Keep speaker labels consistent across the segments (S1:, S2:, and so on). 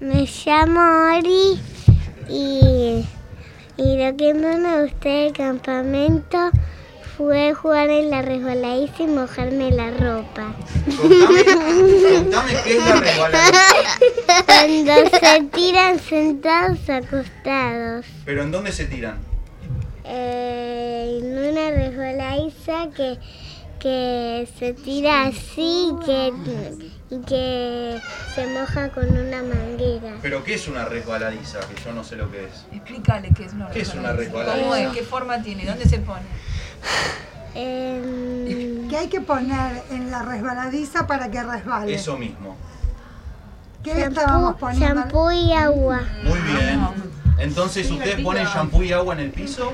S1: Me llamo Ori y, y lo que más me gustó del campamento fue jugar en la resbaladiza y mojarme la ropa.
S2: Contame, contame qué es la resbaladiza.
S1: Cuando se tiran sentados o acostados
S2: Pero ¿en dónde se tiran?
S1: eh, en una resbaladiza que, que se tira así y que, y que se moja con una manguera.
S2: ¿Pero qué es una resbaladiza? Que yo no sé lo que es.
S3: Explícale qué es una
S2: ¿Qué es una resbaladiza?
S3: ¿Cómo es? ¿Qué forma tiene? ¿Dónde se pone?
S1: Em,
S4: Que hay que poner en la resbaladiza para que resbale.
S2: Eso mismo.
S4: ¿Qué estábamos
S1: shampoo-
S4: poniendo?
S1: shampoo y agua.
S2: Muy bien. Entonces, ¿ustedes ponen shampoo y agua en el piso?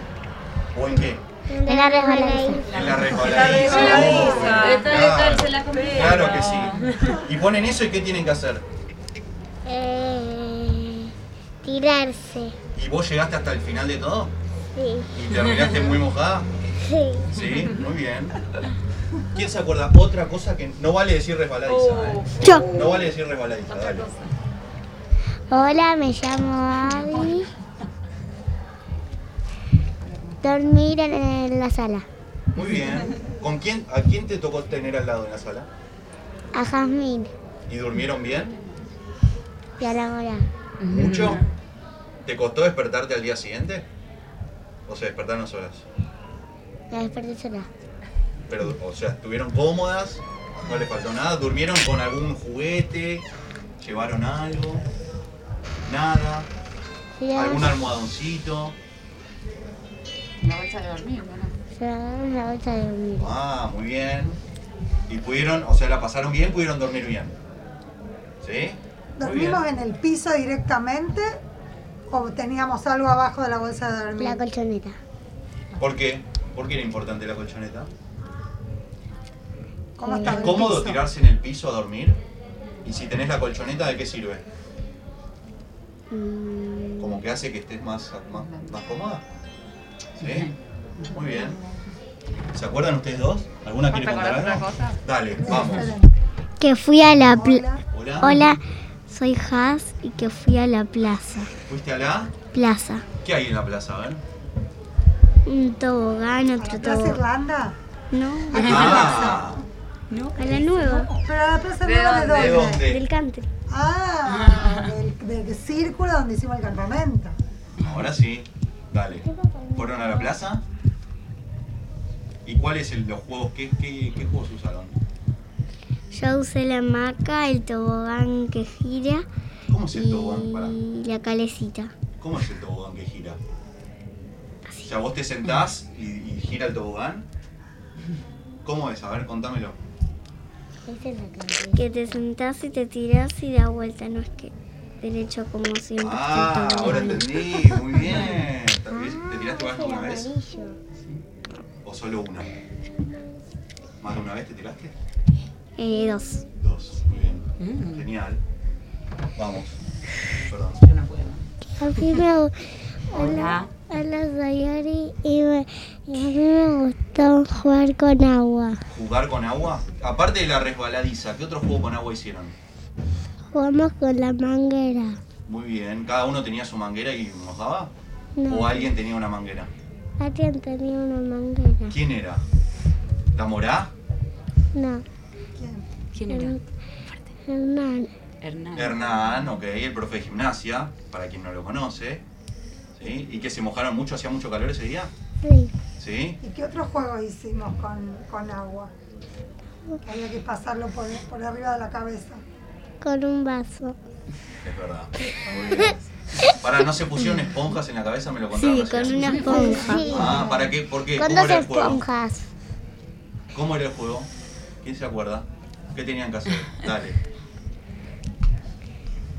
S2: ¿O en qué?
S1: En la resbaladiza.
S2: En la resbaladiza.
S3: resbaladiza.
S2: Claro. Claro que sí. Y ponen eso y ¿qué tienen que hacer?
S1: Eh, tirarse.
S2: ¿Y vos llegaste hasta el final de todo?
S1: Sí,
S2: ¿Y terminaste muy mojada?
S1: sí.
S2: Sí, muy bien. ¿Quién se acuerda? Otra cosa que no vale decir resbaladiza, ¿eh? No vale decir resbaladiza, dale.
S1: Hola, me llamo Abby. Dormir en, en la sala.
S2: Muy bien. ¿Con quién, ¿A quién te tocó tener al lado en la sala?
S1: A Jazmín
S2: ¿Y durmieron bien?
S1: y a la mora.
S2: ¿Mucho? ¿Te costó despertarte al día siguiente? O sea, despertaron solas.
S1: La desperté sola.
S2: Pero, o sea, estuvieron cómodas, no les faltó nada, durmieron con algún juguete, llevaron algo, nada, algún almohadoncito.
S5: La bolsa de dormir, bueno.
S1: Se agarraron la bolsa de dormir.
S2: Ah, muy bien. Y pudieron, o sea, la pasaron bien, pudieron dormir bien. ¿Sí? Muy bien.
S4: ¿Dormimos en el piso directamente o teníamos algo abajo de la bolsa de
S1: La
S4: dormir?
S1: colchoneta.
S2: ¿Por qué? ¿Por qué era importante la colchoneta?
S4: ¿Cómo
S2: ¿Es
S4: estaba el
S2: cómodo
S4: piso?
S2: tirarse en el piso a dormir? Y si tenés la colchoneta, ¿de qué sirve?
S1: Mm,
S2: Como que hace que estés más, más, más cómoda. ¿Sí? Muy bien. ¿Se acuerdan ustedes dos? ¿Alguna quiere contar
S5: acordás
S2: algo?
S5: otra cosa?
S2: Dale, vamos.
S1: Que fui a la pla-
S4: Hola.
S2: Hola.
S1: Hola, soy Haz y que fui a la plaza.
S2: ¿Fuiste a la?
S1: Plaza.
S2: ¿Qué hay en la plaza? A ver.
S1: Un tobogán,
S4: ¿A
S1: otro
S4: la Plaza
S1: tobogán.
S4: Irlanda?
S1: No,
S2: Ah,
S1: a la nueva.
S4: Pero a la Plaza
S5: ¿De
S4: Irlanda
S2: ¿de
S4: de dónde?
S1: Del
S2: dónde?
S1: country.
S4: Ah, del, del círculo donde hicimos el campamento.
S2: Ahora sí. Dale. ¿Fueron a la plaza? ¿Y cuáles son los juegos? ¿Qué, qué, qué juegos usaron?
S1: Yo usé la hamaca, el tobogán que gira
S2: ¿Cómo es el tobogán? Pará.
S1: y la calecita.
S2: ¿Cómo es el tobogán que gira? O sea, vos te sentás y, y gira el tobogán. ¿Cómo es? A ver, contámelo.
S1: Que te sentás y te tirás y da vuelta, no es que derecho como siempre.
S2: Ah,
S1: estoy
S2: ahora
S1: tocando.
S2: entendí, muy bien. Tal vez ¿Te tiraste más de una vez? ¿O solo una? ¿Más de una vez te tiraste?
S1: Eh, dos.
S2: Dos, muy bien. Genial. Vamos. Perdón.
S5: Yo no puedo.
S1: A mí me, gu-
S5: Hola.
S1: hola, soy Ori y, me- y a mí me gustó jugar con agua.
S2: ¿Jugar con agua? Aparte de la resbaladiza, ¿qué otro juego con agua hicieron?
S1: Jugamos con la manguera.
S2: Muy bien. ¿Cada uno tenía su manguera y mojaba?
S1: No.
S2: ¿O alguien tenía una manguera?
S1: Alguien tenía una manguera.
S2: ¿Quién era? ¿La morá?
S1: No,
S5: ¿Quién
S1: Hern-
S5: era?
S1: Hernán.
S5: Hernán.
S2: Hernán, ok, el profe de gimnasia, para quien no lo conoce. ¿Sí? ¿Y que se mojaron mucho? ¿Hacía mucho calor ese día?
S1: Sí.
S2: ¿Sí?
S4: ¿Y qué otros juegos hicimos con, con agua? Que había que pasarlo por, por arriba de la cabeza.
S1: Con un vaso.
S2: Es verdad. Muy bien. Para, ¿no se pusieron esponjas en la cabeza? Me lo contaron
S1: Sí,
S2: recién.
S1: con una esponja.
S2: Ah, ¿para qué? ¿Por qué?
S1: Con
S2: ¿Cómo
S1: dos
S2: era el juego?
S1: esponjas.
S2: ¿Cómo era el juego? ¿Quién se acuerda? ¿Qué tenían que hacer? Dale.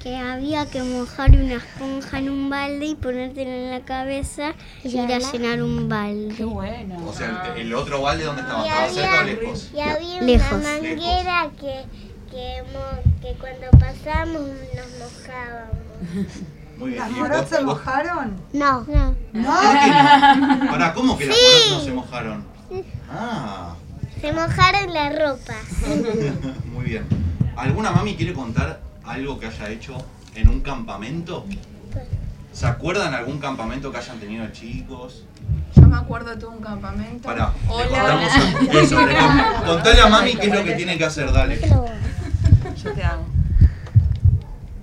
S1: Que había que mojar una esponja en un balde y ponértela en la cabeza y ir a llenar un
S5: Qué
S1: balde.
S5: bueno.
S2: O sea, el, el otro balde, ¿dónde estaba? ¿Estaba cerca o lejos?
S1: Y había
S3: Lejos.
S1: una manguera que, que, mo- que cuando pasamos nos mojábamos.
S2: Muy bien.
S4: ¿Las
S2: ¿Y
S4: moras
S2: vos-
S4: se
S2: vos-
S4: mojaron?
S1: No. No.
S4: No,
S2: ¿Por qué no? Pará, ¿cómo que las moras no se mojaron? Ah,
S1: Se mojaron la ropa.
S2: Muy bien. ¿Alguna mami quiere contar algo que haya hecho en un campamento? ¿Se acuerdan algún campamento que hayan tenido chicos?
S3: Yo me acuerdo de un campamento.
S2: Pará, le
S3: Hola.
S2: contamos a- eso, le con- contale a mami qué es lo que tiene que hacer, dale.
S5: Yo te hago.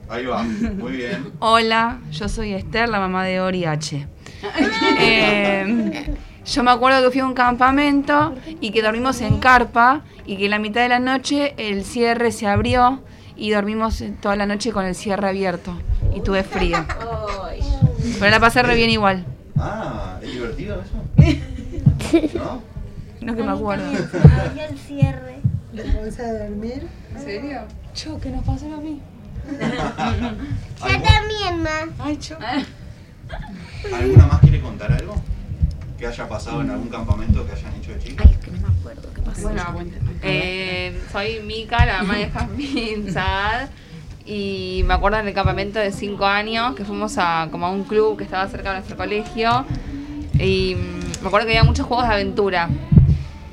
S2: Ahí va, muy bien.
S6: Hola, yo soy Esther, la mamá de Ori H. Eh, yo me acuerdo que fui a un campamento y que dormimos en carpa y que la mitad de la noche el cierre se abrió y dormimos toda la noche con el cierre abierto y tuve frío. Pero la pasé re bien igual,
S2: Ah, ¿es divertido eso? ¿No?
S6: no que me acuerdo.
S1: el cierre.
S4: Ponerse a dormir.
S5: ¿En serio?
S6: Yo, que nos pasó a mí.
S1: Yo también, ma.
S6: Ay, yo.
S7: Ah,
S2: ¿Alguna más quiere contar algo? ¿Que haya pasado en algún campamento que hayan hecho de chicos?
S5: Bueno, cuéntame.
S7: Eh, soy Mika, la mamá de Jasmine Saad. Y me acuerdo en el campamento de 5 años que fuimos a, como a un club que estaba cerca de nuestro colegio. Y mm, me acuerdo que había muchos juegos de aventura.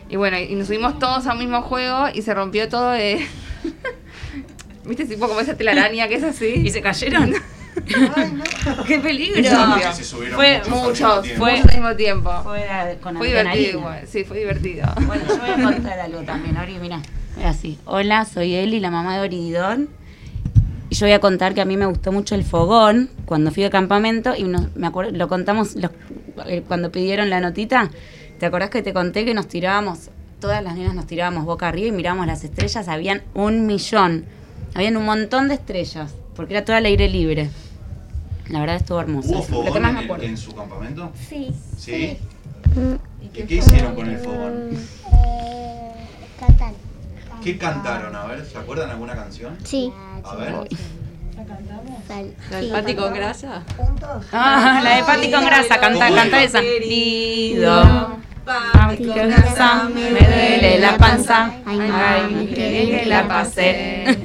S7: Y bueno, y nos subimos todos al mismo juego y se rompió todo de. ¿Viste? Tipo como esa telaraña que es
S6: ¿Y
S7: así.
S6: se cayeron?
S4: Ay, no.
S6: ¡Qué peligro!
S2: Porque se subieron
S7: Fue
S2: al mismo
S7: muchos,
S2: tiempo.
S7: fue al mismo tiempo.
S5: Fue a- con
S7: Fue
S5: adrenalina.
S7: divertido igual, sí, fue divertido.
S5: Bueno, yo voy a contar algo también, Ori, mira. Era así. Hola, soy Eli, la mamá de Oridón. Y yo voy a contar que a mí me gustó mucho el fogón cuando fui de campamento y nos- me acuerdo, lo contamos los- eh, cuando pidieron la notita. ¿Te acordás que te conté que nos tirábamos, todas las nenas nos tirábamos boca arriba y mirábamos las estrellas? Habían un millón, habían un montón de estrellas, porque era todo al aire libre. La verdad estuvo hermoso.
S2: ¿Hubo
S5: eso. Lo que
S2: fogón
S5: más me
S2: en,
S5: acuerdo.
S2: en su campamento?
S1: Sí.
S2: Sí. ¿Y qué hicieron con el fogón?
S1: Eh, cantar.
S2: ¿Qué cantaron? A ver, ¿se acuerdan alguna canción?
S1: Sí.
S2: A ver.
S1: Sal-
S7: ¿Pati con grasa?
S4: Juntos.
S5: Ah, la de Patti con grasa, cantá, cantá esa. Lido.
S3: Pati con grasa,
S5: me duele la panza.
S1: Ay,
S5: Ay,
S1: mami,
S5: qué bien que la pasé.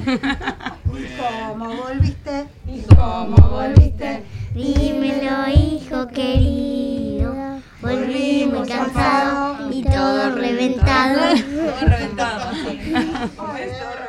S2: Muy bien.
S4: Como volviste. Como volviste.
S1: Dímelo, hijo querido. Volví muy cansado y todo reventado.
S3: Todo reventado.
S4: Ay,